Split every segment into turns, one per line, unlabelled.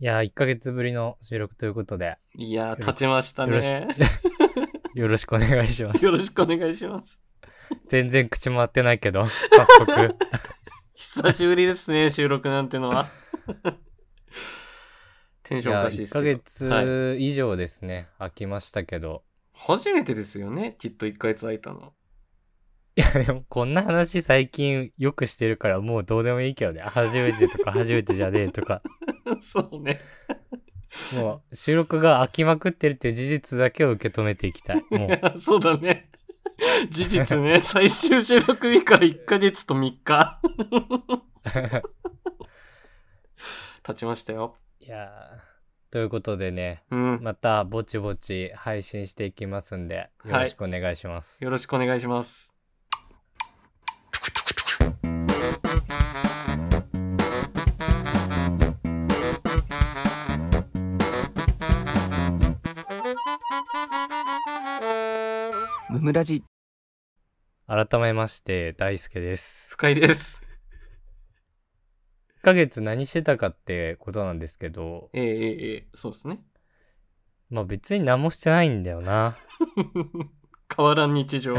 いやー、1ヶ月ぶりの収録ということで、
いやー、立ちましたね。
よろしくお願いします。
よろしくお願いします。
全然口回ってないけど、早 速。
久しぶりですね、 収録なんてのは。テン
い
ションお
や
かしいで
ー、1
すけ
ヶ
ど。
月以上ですね、空きましたけど。
初めてですよね、きっと1ヶ月空いたの。
いや、でもこんな話最近よくしてるから、もうどうでもいいけどね。初めてとか、初めてじゃねえとか。
そう ね。
もう、収録が空きまくってるって事実だけを受け止めていきたい。もう、
そうだね。事実 ね、最終収録日から1ヶ月と3日。 経ちましたよ。
いやー、ということでね、
うん。
またぼちぼち配信していきますんで、
はい
よろしくお願いします。
よろしくお願いします。
ムムラジ
改めまして、大輔です。
深井です。
1ヶ月何してたかってことなんですけど、
ええええええそうですね。
まあ別に何もしてないんだよな。
変わらん日常。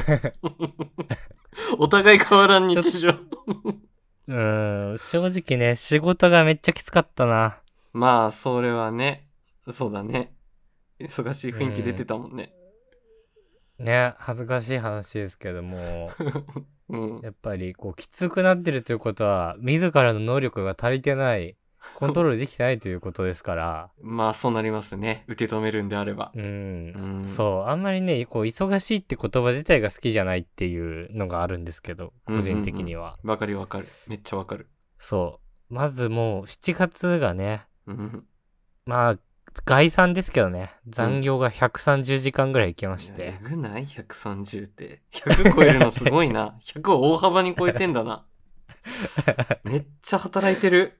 お互い変わらん日常。
うーん、正直ね、仕事がめっちゃきつかったな。
まあ、それはね、そうだね。忙しい雰囲気出てたもんね。
ね、恥ずかしい話ですけども、
うん。
やっぱりこうきつくなってるということは、自らの能力が足りてない、コントロールできてないということですから、
まあ、そうなりますね。受け止めるんであれば
う。ん
う、ん。
そうあんまりねこう忙しいって言葉自体が好きじゃないっていうのがあるんですけど
うん
個人的には、
わかるわかる。めっちゃわかる。
そうまずもう7月がね
うん。
まあ概算ですけどね残業が130時間ぐらい行きまし
いや
て
え、ぐない ?130 って。100超えるのすご いな。100を大幅に超えてんだな。めっちゃ働いてる。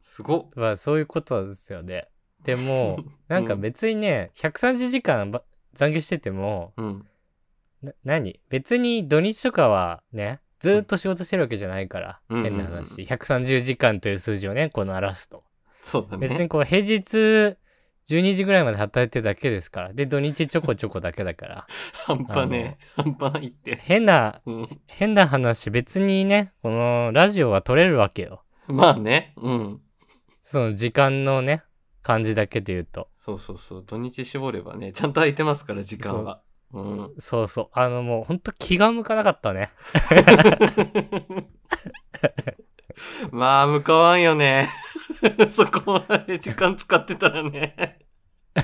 すごっ。
まあそういうことなんですよねで もなんか別にね130時間ば残業してても
うん。
な何別に土日とかはねずーっと仕事してるわけじゃないから、
うん
変な
うんうん
話130時間という数字をねこの表すと
そうだね。
別にこう平日12時ぐらいまで働いてるだけですからで土日ちょこちょこだけだから
半端ね。半端ないって。
変な
うん。
変な話別にねこのラジオは撮れるわけよ
まあね。うん。
その時間のね感じだけで言うと
そうそうそう。土日絞ればね、ちゃんと空いてますから、時間は。うん。
そうそうあのもうほんと気が向かなかったね
まあ、向かわんよね。 そこまで時間使ってたらね。
そ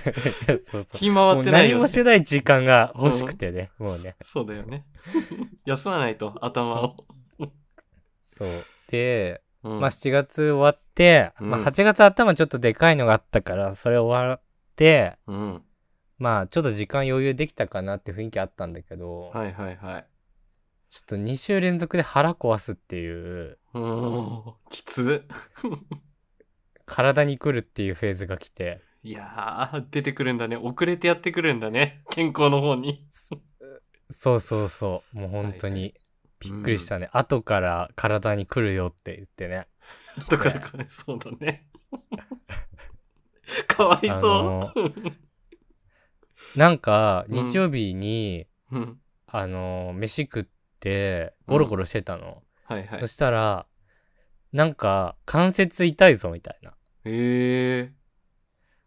う そう
気回
も
っ
う
てない
何
よ、
も
ね。
してない時間が欲しくてね、もうね
そうだよね。 休まないと、頭を。
そうで、
うん
まあ7月終わって、
うん
まあ8月頭ちょっとでかいのがあったからそれ終わって
うん。
まあちょっと時間余裕できたかなって雰囲気あったんだけど、
はいはいはい。
ちょっと2週連続で腹壊すっていう
うーん。きつ。
体に来るっていうフェーズが来て
いやー、出てくるんだね。遅れてやってくるんだね。健康の方に。
そうそうそうもう本当
はいは
にびっくりしたね、後から体に来るよって言ってね
だからかわいそうだ ね。かわいそう。
なんか
うん
日曜日に、
うん。
あのー飯食ってゴロゴロしてたの、
はいはい
そ。したらなんか関節痛いぞみたいな
へえ。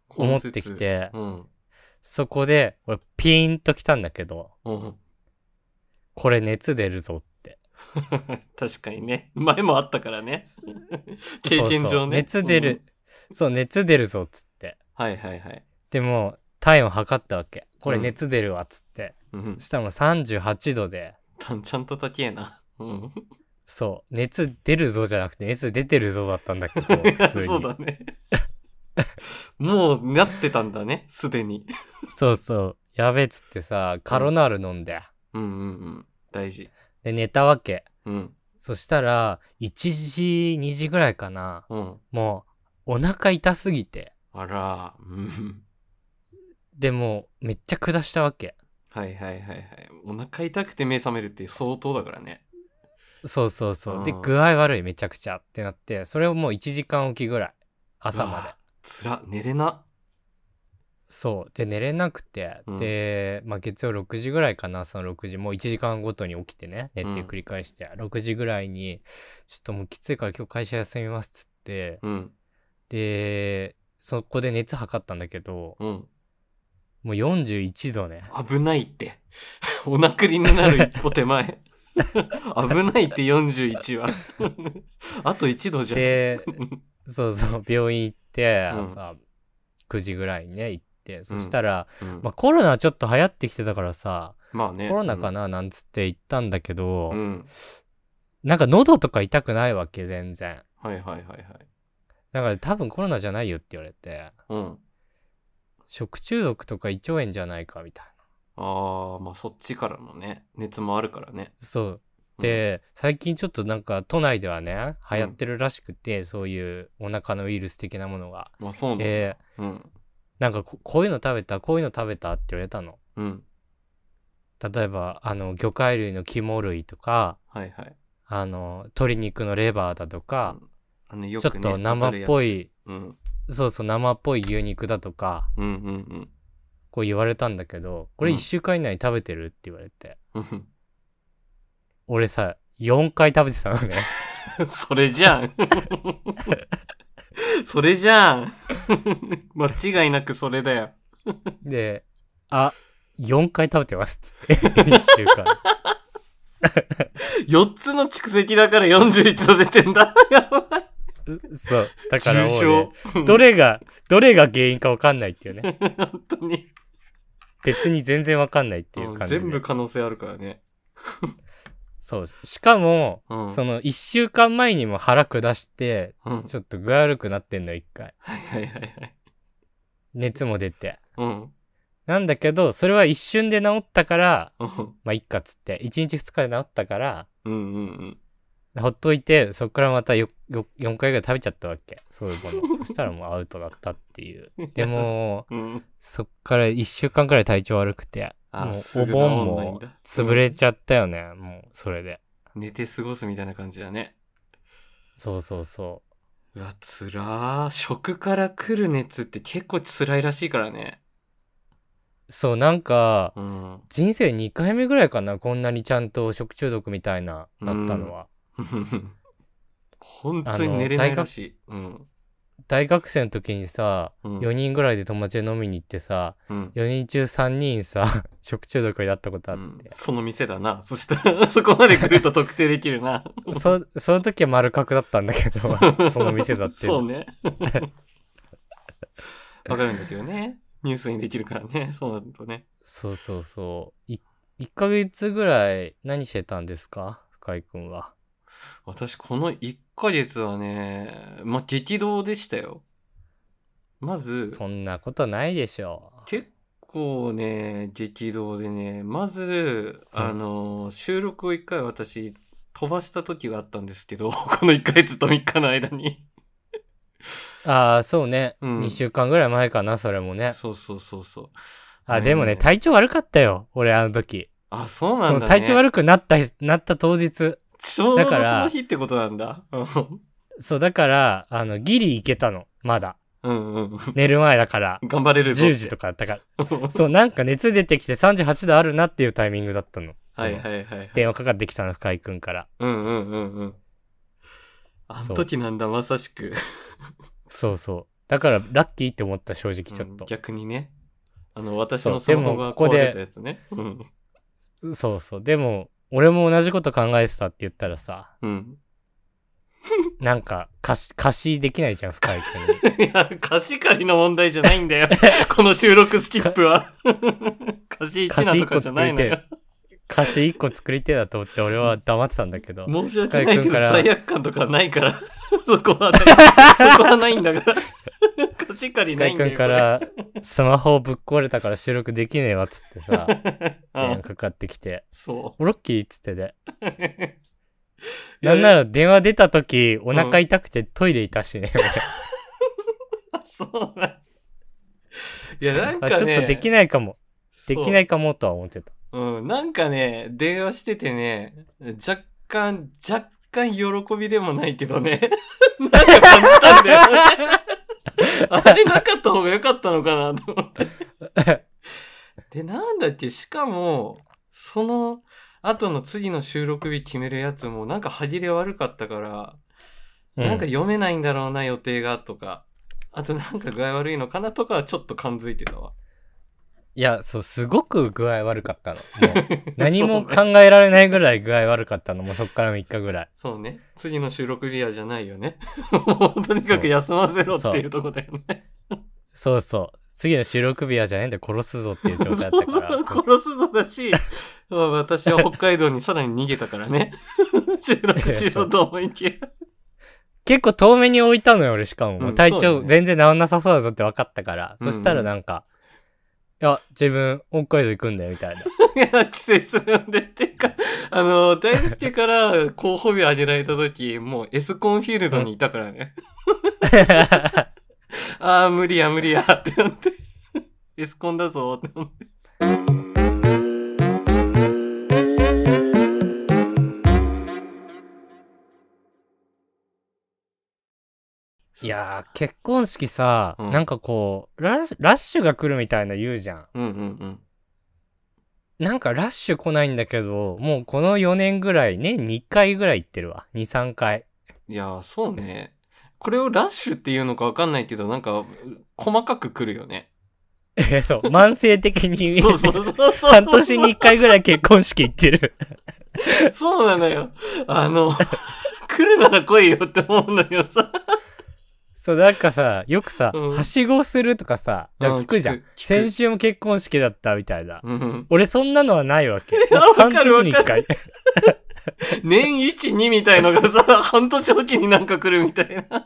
思ってきて
うん。
そこで俺ピーンと来たんだけど
うん。
これ熱出るぞって
確かにね。前もあったから ね。経験
そうそ
上
う
ね。
熱出る、そう熱出るぞっつって
うん。はいはいはい。
でも体温測ったわけこれ
うん
熱出るわっつって、
うん
そ。したらもう38度で
たんちゃんと高えな。うん。
そう熱出るぞじゃなくて熱出てるぞだったんだけ ど普通に
そうだね。 もうなってたんだね。すでに。
そうそうやべっつってさカロナール飲んで
うんうんうん。大事。
で寝たわけ
うん。
そしたら1時2時ぐらいかな
うん。
もうお腹痛すぎて
あら。うん。
でもうめっちゃ下したわけ
はいはいはいはい。お腹痛くて目覚めるって相当だからね。
そうそうそう、で
うん
具合悪いめちゃくちゃってなってそれをもう1時間おきぐらい朝まで
うわ。つら、寝れな。
そうで寝れなくて、
うん
で、まあ、月曜6時ぐらいかな朝の6時もう1時間ごとに起きてね寝て
うん
繰り返して、6時ぐらいにちょっともうきついから今日会社休みますっつって
うん、
でそこで熱測ったんだけど
うん。
もう41度ね
危ないって。お亡くりになる一歩手 前。危ないって41は。あと1度じゃん。
でそうそう病院行って
うん
朝9時ぐらいにね行ってそしたら、
うん
まあ、コロナちょっと流行ってきてたからさ、
まあね。
コロナかななんつって行ったんだけど、
うん。うん。
なんか喉とか痛くないわけ全然。
はいはいはいはい。
だから多分コロナじゃないよって言われて
うん。
食中毒とか胃腸炎じゃないかみたいな
ああ、まあそっちからのね、熱もあるからね。
そう
うん、
で、最近ちょっとなんか都内ではね流行ってるらしくて、そういうお腹のウイルス的なものが
まあそうね。
で
うん。
なんかここういうの食べたこういうの食べたって言われたの
うん。
例えばあの魚介類の肝類とか
はいはい。
あの鶏肉のレバーだとか、
あのよ
ちょ
く
っ
ね
と生っぽ。い
当たるやつ
そうそう生っぽい牛肉だとか
うん。うんうん
こう言われたんだけどこれ
うん
1週間以内に食べてるって言われて、
うんうん。
俺さ4回食べてたの ね
それじ ゃん。それじゃん。 間違いなくそれだよ。
であ4回食べてますっつって 1週間
4つの蓄積だから41度出てんだ。やばい。
そうだから
重
もう
症
ね、。どれがどれが原因か分かんないっていうね
本当に。
別に全然分かんないっていう
うん
感じで
全部可能性あるからね。
そうしかも、
うん
その1週間前にも腹下して
うん。
ちょっと具合悪くなってんの1回
はいはいはいはい。
熱も出て
うん。
なんだけどそれは一瞬で治ったから
うん
まあいっかっつって1日2日で治ったから
うんうんうん。
ほっといて、そっからまた 4, 4回ぐらい食べちゃったわけ。そういうも の。そしたらもうアウトだったっていう。でも、
うん。
そっから1週間くらい体調悪くて、
あ
も
す
う
ぐ
お
治ん
盆
ないん
も
だ
潰れちゃったよね。もう、それで。
寝て過ごすみたいな感じだね。
そうそうそう
わ、つらー。食から来る熱って結構つらいらしいからね。
う。そう、なんか、
うん。
人生2回目ぐらいかな、こんなにちゃんと食中毒みたいな、なったのは。
本当に寝れないらしい。うん。
大学生の時にさ、
うん
4人ぐらいで友達で飲みに行ってさ、
うん。
4人中3人さ、 食中毒になったことあっ
うん
て。
その店だな。そしたら、 そこまで来ると特定できるな。
そその時は丸角だったんだけど その店だって
そうね。 わかるんだけどね。ニュースにできるからね。そうなるとね。
そうそうそうい1ヶ月ぐらい何してたんですか深井くんは
私、この1ヶ月はね、まあ、激動でしたよ。まず、
そんなことないでしょ
結構ね、激動でね、まず、
うん
あの、収録を1回私、飛ばした時があったんですけど、 この1ヶ月と3日の間に。
うああそうね、
うん
2週間ぐらい前かなそれもね
そうそうそうそう。
あでも
う
ね
ん
体調悪かったよ俺あの時
あ、そうな
その
んだ、ね。
体調悪くなったなった当日
ちょうど
だ
そ
から
の日ってことなんだ。 うん
そうだからあのギリ行けたのま だ
うんうん。
寝る前だから
頑張れるぞ。
10時とかだったから
か。
そうなんか熱出てきて38度あるなっていうタイミングだったのその
はいはいはいはい。
電話かかってきたの深井くんから
うんうんうんうん。あ
そ
の
う
時なんだ、まさしく。
そうそうだからラッキーって思った正直ちょ
う
っ
ん
と、
逆にね。あの、私のス
そう
マホが
でもこ
壊
こで
れたやつね。うん。
そうそうでも俺も同じこと考えてたって言ったらさ
うん。
なんか貸し貸しできないじゃん深井くんに
いや、貸し借りの問題じゃないん だよ。この収録スキップは。貸し1なとかじゃないのよ。
貸し1個作りてえだと思って俺は黙ってたんだけど
申し訳ない
深
け
井君
ど、
から
罪悪感とかない から。そこは、そこはないんだから。貸し借りな
深
い
井
ん
く
だ
ん
よ。
からスマホぶっ壊れたから収録できねえわっつってさ電
あ
話かかってきて
そ
「ロッキー」っつってで
う。
なんなら電話出た時お腹痛くてトイレいたしね、
あそうなんいや、なん
あちょ
か
っと
ね、。
できないかもできないいかもとは思って た
うん、なんかね、電話しててね、若干、若干喜びでもないけどね、なんか感じたんだよね。あれなかった方が良かったのかなと思って。で、なんだっけ、しかも、その後の次の収録日決めるやつも、なんか歯切れ悪かったから、なんか
うん
読めないんだろうな、予定がとか、あとなんか具合悪いのかなとかはちょっと感づいてたわ。
いや、そう、すごく具合悪かった の。もう何も考えられないぐらい具合悪かったの、もうそっから3日ぐらい。
そうね。次の収録日はじゃないよね。もうとにかく休ませろっていうとこだよね。
そうそう。次の収録日はじゃねえんで殺すぞっていう状態だったか ら。
殺すぞだし、まあ私は北海道にさらに逃げたか らね。収録しようと思いきや。
結構遠目に置いたのよ、俺しかも。もう体
そうだよ
調
ね
全然治んなさそうだぞって分かったから。
うんうん
そしたらなんか、いや、自分、北海道行くんだよ、み たいな。
いや、帰省するんで、っていうか、 あの、大輔から候補日あげられた時、もうエスコンフィールドにいたからね。 ああ、無理や無理やってなって、エスコンだぞって思って。
いやー、結婚式さ、
うん
なんかこうラッシュ、ラッシュが来るみたいな言うじゃん。
うんうん
なんかラッシュ来ないんだけど、もうこの4年ぐらい、ね、2回ぐらい行ってるわ。2、3回。
うん。いやー、そうね。これをラッシュっていうのかわかんないけど、なんか、細かく来るよね。
え、そう、慢性的に、
そうそうそうそうそう。
半年に1回ぐらい結婚式行ってる。
そうなのよ。あの、来るなら来いよって思うんだけどさ。
そう、なんかさ、よくさ、
うん
はしごするとかさ、なんか聞くじゃ
うん
ん。
聞く聞く
先週も結婚式だったみたいな。
うん。
俺そんなのはないわ け。
やわか
半
る
年に1
わか
回。
年1、2みたいのがさ、半年おきになんか来るみたいな。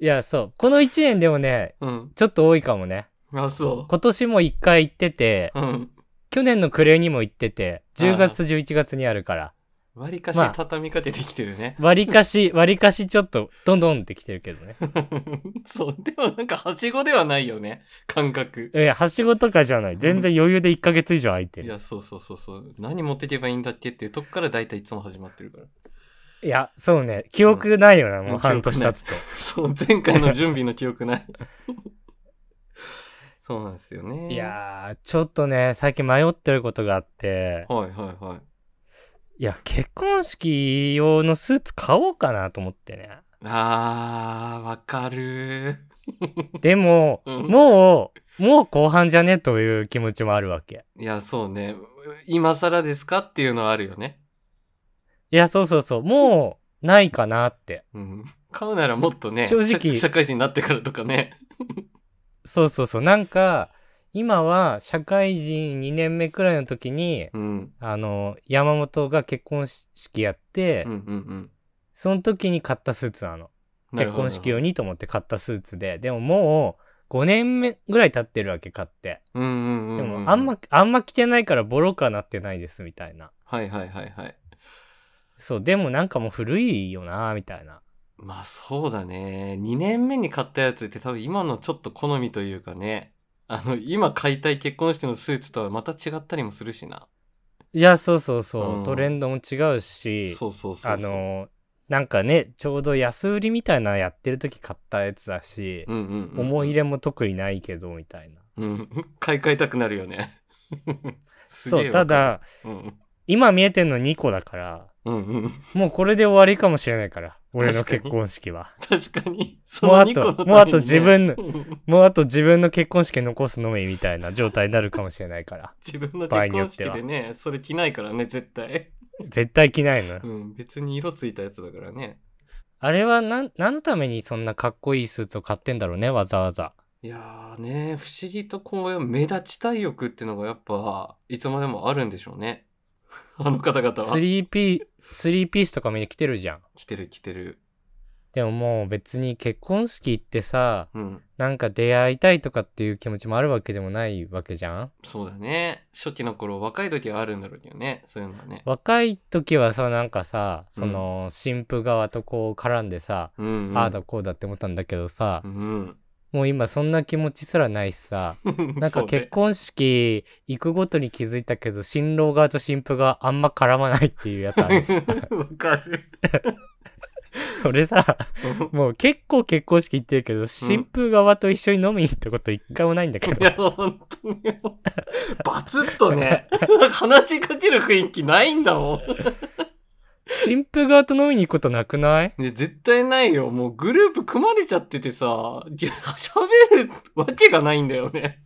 いや、そう。この1年でもね、
うん。
ちょっと多いかもね。
あ、そ
今年も1回行ってて、
う。うん。
去年の暮れにも行ってて、10月、
あ
11月にあるから、
わりかし
まあ
畳みかけてきてるね。
割りかし、 割りかしちょっと、どんどんってきてるけどね。
そう。でもなんか、はしごではないよね。感覚。
いや、はしごとかじゃない。全然余裕で1ヶ月以上空いて
い
る。
や、そうそうそうそう。何持ってけばいいんだっけっていうとこから大体いつも始まってるから。
いや、そうね。記憶ないよな、も
も
う
う記憶ない
半年経つと。
そう、前回の準備の記憶 ない。そうなんですよね。
い。やー、ちょっとね、最近迷ってることがあって、
はいはいはい。
いや、結婚式用のスーツ買おうかなと思って ね。
あー、わかる
でも、
うん
もう、もう後半じゃねという気持ちもあるわけ。
いや、そうね。今更ですかっていうのはあるよね。
いや、そうそうそう、もう、ないかなって。
うん。買うならもっとね、
正直
社社会人になってからとかね。
そうそうそう、なんか、今は社会人2年目くらいの時に、
うん。
あの、山本が結婚式やって、
うんうんうん。
その時に買ったスーツなの。
なる
結
ほど
婚式用。にと思って買ったスーツで、でももう、5年目ぐらい経ってるわけ買って。
うんうんうん、
で
うん。
も、あん。ま、あんま着てないからボロくはなってないです、みたいな。
はいはいはいはい。
そう、でもなんかもう古いよな、みたいな。
まあそうだね。2年目に買ったやつって多分今のちょっと好みというかね。あの、今買いたい結婚式のスーツとはまた違ったりもするしな。
いや、そうそうそう、
うん
トレンドも違うし、
そうそうそうそう。
あ、の、なんかね、ちょうど安売りみたいなのやってる時買ったやつだし、
うんうん、うん。
思い入れも特にないけど、みたいな。
うん。買い替えたくなるよね。すげ
そ
え
う、
わか
た
る。
だ、
うん
今見えてんの2個だから、
うん。うんうん。
もうこれで終わりかもしれないから、俺の
確かに
結婚式は。
確かに。そ
もうあ
の
と
2個のためにね
もうあと自分の
うん
もうあと自分の結婚式残すのみみたいな状態になるかもしれない から。
自分の
場合
結
によ
婚
っ
式
ては
でね、それ着ないからね、絶対。
絶対着ないのよ
う。ん、別に色ついたやつだからね。
あれはなん、何のためにそんなかっこいいスーツを買ってんだろうね、わざわざ。
いやーね、不思議とこう、目立ちたい欲ってのがやっぱ、いつまでもあるんでしょうね。 あの方々は。
3P、3ピースとかみんな着てるじゃん。
来てる来てる。
でももう別に結婚式行ってさ、
うん。
なんか出会いたいとかっていう気持ちもあるわけでもないわけじゃん
そうだね。初期の頃、若い時はあるんだろうけどね。そういうのはね。
若い時はさ、なんかさ、その、新婦側とこう絡んでさ、
うん、うん。
ああだこうだって思ったんだけどさ
う、ん。
もう今そんな気持ちすらないしさ、なんか
そうね
結婚式行くごとに気づいたけど、新郎 側と新婦があんま絡まないっていうやつあるし
わかる。
俺さ、もう結構結婚式行ってるけど、新婦側と一緒に飲みに行ったこと一回もないんだけ
い
ど
や、。本当にもうバツッと ね、話しかける雰囲気ないんだもん。
新婦側と飲みに行くことなくない
いや絶対ないよ。もうグループ組まれちゃっててさ、いや喋るわけがないんだよね。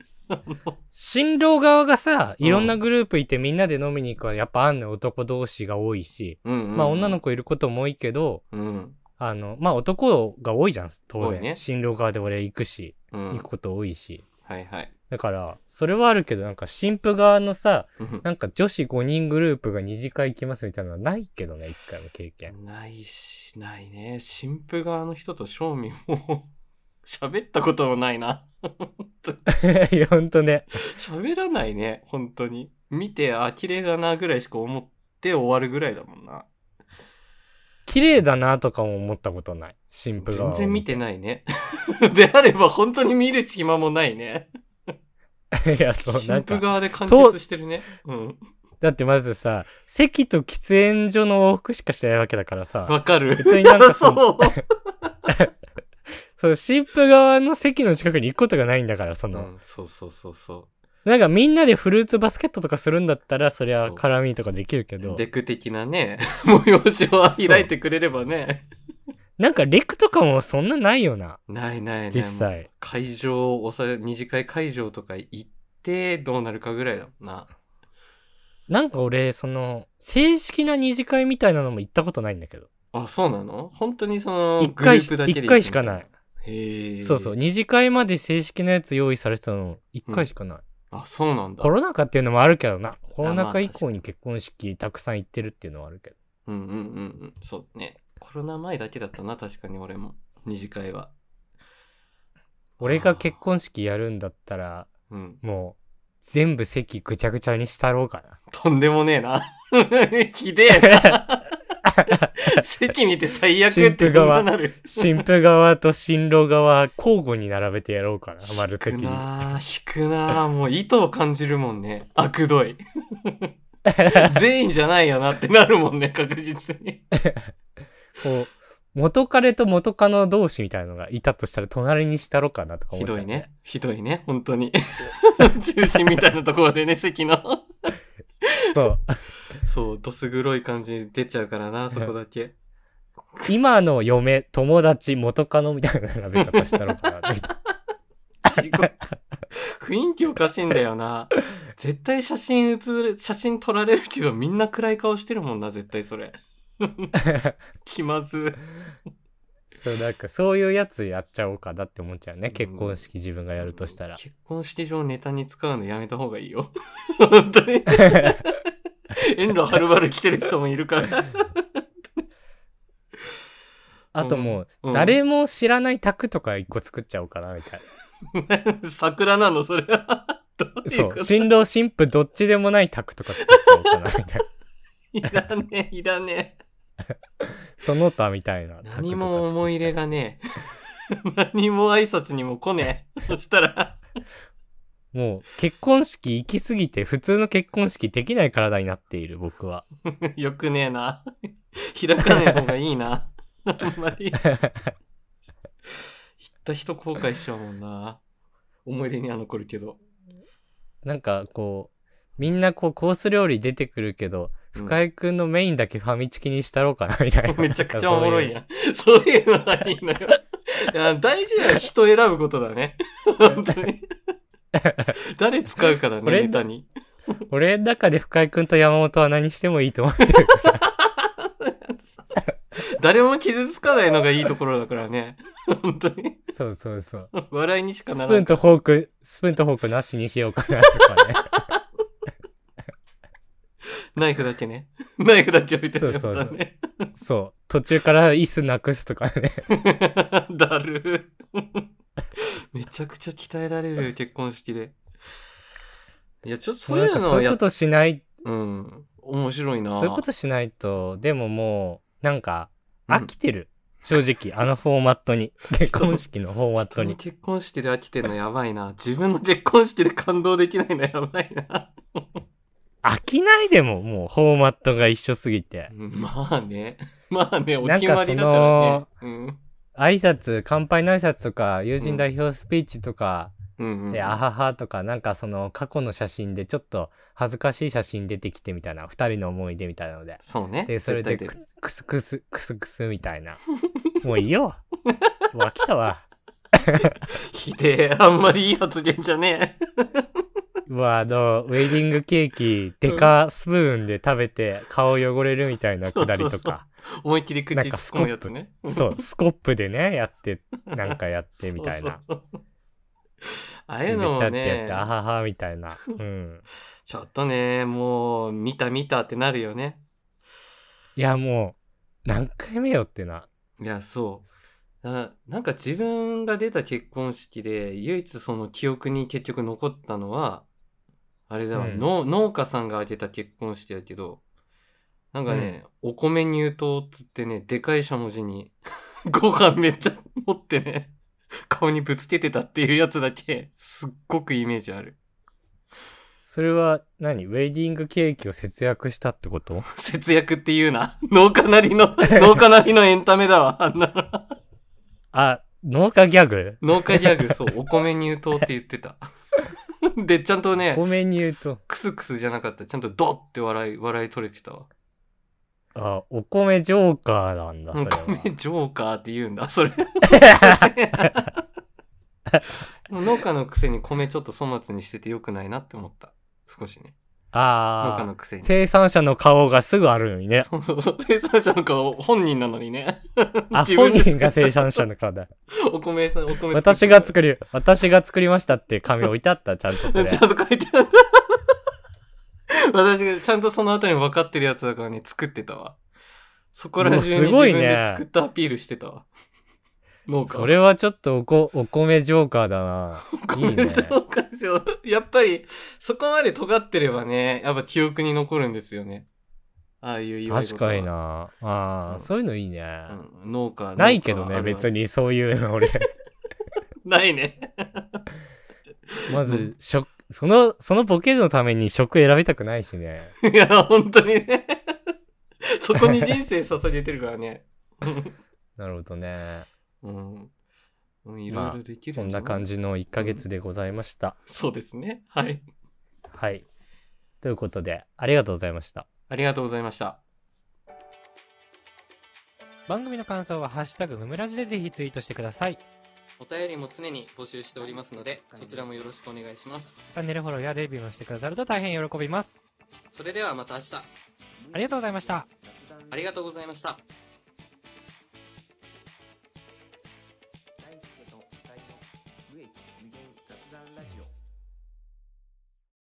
新郎側がさ、
うん
いろんなグループいてみんなで飲みに行くはやっぱあんのよ男同士が多いし、
うんうんうん
まあ女の子いることも多いけど、
うん。
あの、まあ男が多いじゃん、当
多い
然。
ね
新郎側で俺行くし、
うん。
行くこと多いし。
はいはい。
だから、それはあるけど、なんか新婦側のさ、
うん
なんか女子5人グループが2次会行きますみたいなのはないけどね、一回も経験。
ないし、ないね。新婦側の人と正味も 喋ったこともないな。
いや、ほんとね。
喋らないね、本当に。見て、あ、綺麗だなぐらいしか思って終わるぐらいだもんな。
綺麗だなとかも思ったことない。新婦側
全
を。
然見てないね。 であれば本当に見る隙間もないね。
いや、そう、な
新
ん
婦
か。
側で完結してるね。うん。
だってまずさ、席と喫煙所の往復しかしてないわけだからさ、
わかる。
別になんかその
そう。
その新婦側の席の近くに行くことがないんだから、そうの、
ん、そうそうそうそ
なんかみんなでフルーツバスケットとかするんだったら、そりゃ
そう
絡みとかできるけ
う。
ど、
デク的なね、 催しを開いてくれればね。
なんかレクとかもそんなないよな、
ないないない。
実際。
会場をおさ二次会会場とか行ってどうなるかぐらいだもんな
なんか俺、その、正式な二次会みたいなのも行ったことないんだけど。
あそうなの本当にその
一回
グループだけで行く
一回しかない
へえ
そうそう、二次会まで正式なやつ用意されてたの、一回しかない。
あそうなんだ
コロナ禍っていうのもあるけどな。コロナ
まあ
禍以降に結婚式たくさん行ってるっていうのはあるけど。
うんうんうんうんそうねコロナ前だけだったな確かに俺も二次会は
俺が結婚式やるんだったら、
うん
もう、全部席ぐちゃぐちゃにしたろうかな。
とんでもねえ なひで えな席見て最悪っ
新
て
婦
こん
側
ななる
新婦側と新郎側、交互に並べてやろう かな、丸
引
席
く
に。
なあ引くなあもう意図を感じるもんね悪ど い全員じゃないよなってなるもんね確実に
こう、元彼と元カノ同士みたいなのがいたとしたら、隣にしたろうかなとか思
ひ
っちゃう
どい。ねひどいね本当に 中心みたいなところでね席の
そう。
そうどす黒い感じに出ちゃうからなそこだけ
今の嫁、友達、元カノみたいな並べ方したろうかな、み たいな。
地獄雰囲気おかしいんだよな絶対写真写る写真撮られるけどみんな暗い顔してるもんな絶対 それ気まず
そう、なんかそういうやつやっちゃおうかなって思っちゃうね。
ん
結婚式自分がやるとしたら。
結婚式場ネタに使うのやめた方がいいよ本当に遠路はるばる来てる人もいるから、
あともう、
うん
誰も知らない宅とか一個作っちゃおうかな、みたい
桜なのそれはどう
な。
いう
そ
こと
う。新郎新婦どっちでもない宅とか作っちゃおうかな、みたいな。
いらねえいらね
その他みたいな
え
宅とか作っちゃ
何
う。
も思い入れがねえ何も挨拶にも来ねえそしたら
もう、結婚式行き過ぎて、普通の結婚式できない体になっている、僕は。
よくねえな 開かねえ方がいいなあんま り行った人後悔しちゃうもんな思い出には残るけど
なんか、こう、みんなこう、コース料理出てくるけど、
うん
深井くんのメインだけファミチキにしたろうかな、みたいな。
めちゃくちゃおもろい
なんか
やん。そういうのはいいのよ。いや大事な人選ぶことだね。本当に。誰使うかだ
こ
ね、
れ
ネタに。
そういう。俺の中で深井くんと山本は何してもいいと 思ってる。
誰も傷つかないのがいいところだからね。本当に。
そうそうそう。
笑いにしか
スプ
な
ー
ら
ン
ん。
とフォーク、スプーンとフォークなしにしようかな、とか ね。
ナイフだけね。ナイフだけ置いてる
そうそうそう
ね。
そう。途中から椅子なくすとかね。
だる。めちゃくちゃ鍛えられる結婚式で。いや、ちょっとそう
ないんか
うの
そう
を
いう
や
こ
っ
としない、
うん。面白いな
そういうことしないと、でももう、なんか、
うん
飽きてる。正直、あのフォーマット に。結婚式のフォーマット
人の
に。
結婚式で飽きてるのやばいな。自分の結婚式で感動できないのやばいな。
飽きないでも、もうフォーマットが一緒すぎて
う。んまあね。まあね、お
なん
決ま
かその
りだからね。うん
挨拶乾杯の挨拶とか友人代表スピーチとか
うんうん
で、あははとかなんかその過去の写真でちょっと恥ずかしい写真出てきてみたいな2人の思い出みたいなので
そうね。
でそれで
絶対
く
出る
くすくすくすくすみたいなもういい よもう飽きたわ
ひでえ、あんまりいい発言じゃね え。
もうあのウェディングケーキデカスプーンで食べて顔汚れるみたいなくだりと
そうそう
か
思いっきり口
なん
突
か
っ込むやつね。
そうスコップでねやってなんかやってみたいな。
そうそうそうああ
め
い
っち
うの
ゃ
も
ってやっ
ね
て、あははみたいなうん
ちょっとね、もう、見た見たってなるよね。
いやもう何回目よってない
や、そう。ななんか自分が出た結婚式で、唯一その記憶に結局残ったのは、あれだわ、
うん
農農家さんが挙げた結婚式だけど、なんかね、お米入刀っつってね、でかいしゃもじに、 ご飯めっちゃ持ってね、顔にぶつけてたっていうやつだけ、すっごくイメージある。
それは何ウェディングケーキを節約したってこと
節約って言うな。 農家なり の、農家なりのエンタメだわ、あんなの。
あ、農家ギャグ
農家ギ ャグ、そう、お米入刀って言ってた。 で、ちゃんとね
ご、めんに言うと、
クスクスじゃなかった。ちゃんとドッって笑い、笑い取れてたわ。
あ、お米ジョーカーなんだ、
お
それは。
米ジョーカーって言うんだ、それ。 もう農家のくせに米ちょっと粗末にしててよくないなって思った。少しね。農家
あ
の
あ、
くせに。
生産者の顔がすぐあるのにね。
そうそうそう。生産者の顔、本人なのにね。
あ、
自
本
分
人
で作った
が生産者の 顔だ。
お米さん、お米ってた
私が作る、私が作りましたって紙置いてあった、ちゃんとそ れ
ち。ゃんと書いてある。私がちゃんとその後に分かってるやつだからね、作ってたわ。そこら中に
うわす
自
ごい
分
ね
で作ったアピールしてたわ。農家。
それはちょっとおこお米ジョーカーだな。
ご
い
め
い
ん
ね
な。さい、お菓子をやっぱり、そこまで尖ってればね、やっぱ記憶に残るんですよね。ああいう祝い
確
事は
かに。な。ああ、
うん
そういうのいいね。
うん、農家。
ないけどね、別
に。
にそういうの俺。
ないね。
ま
う
ず、食、その、そのボケのために食選びたくないしね。
いや、本当にね。そこに人生捧げてるからね。
なるほどね。
うん。うんいろ
ま
い
あ
ろできる
そんな感
じゃ
じの1ヶ月でございました。
い。そうですね。はい。
はい。ということで、ありがとうございました。
ありがとうございました。
番組の感想は、ハッシュタグムムラジでぜひツイートしてください。チ
お便りも常に募集しておりますので、そちらもよろしくお願いします。
ャンネルフォローやレビューもしてくださると大変喜びます。
それではまた明日、
ありがとうございました。
ありがとうございました。
大輔と二人の無益無限雑談ラジオ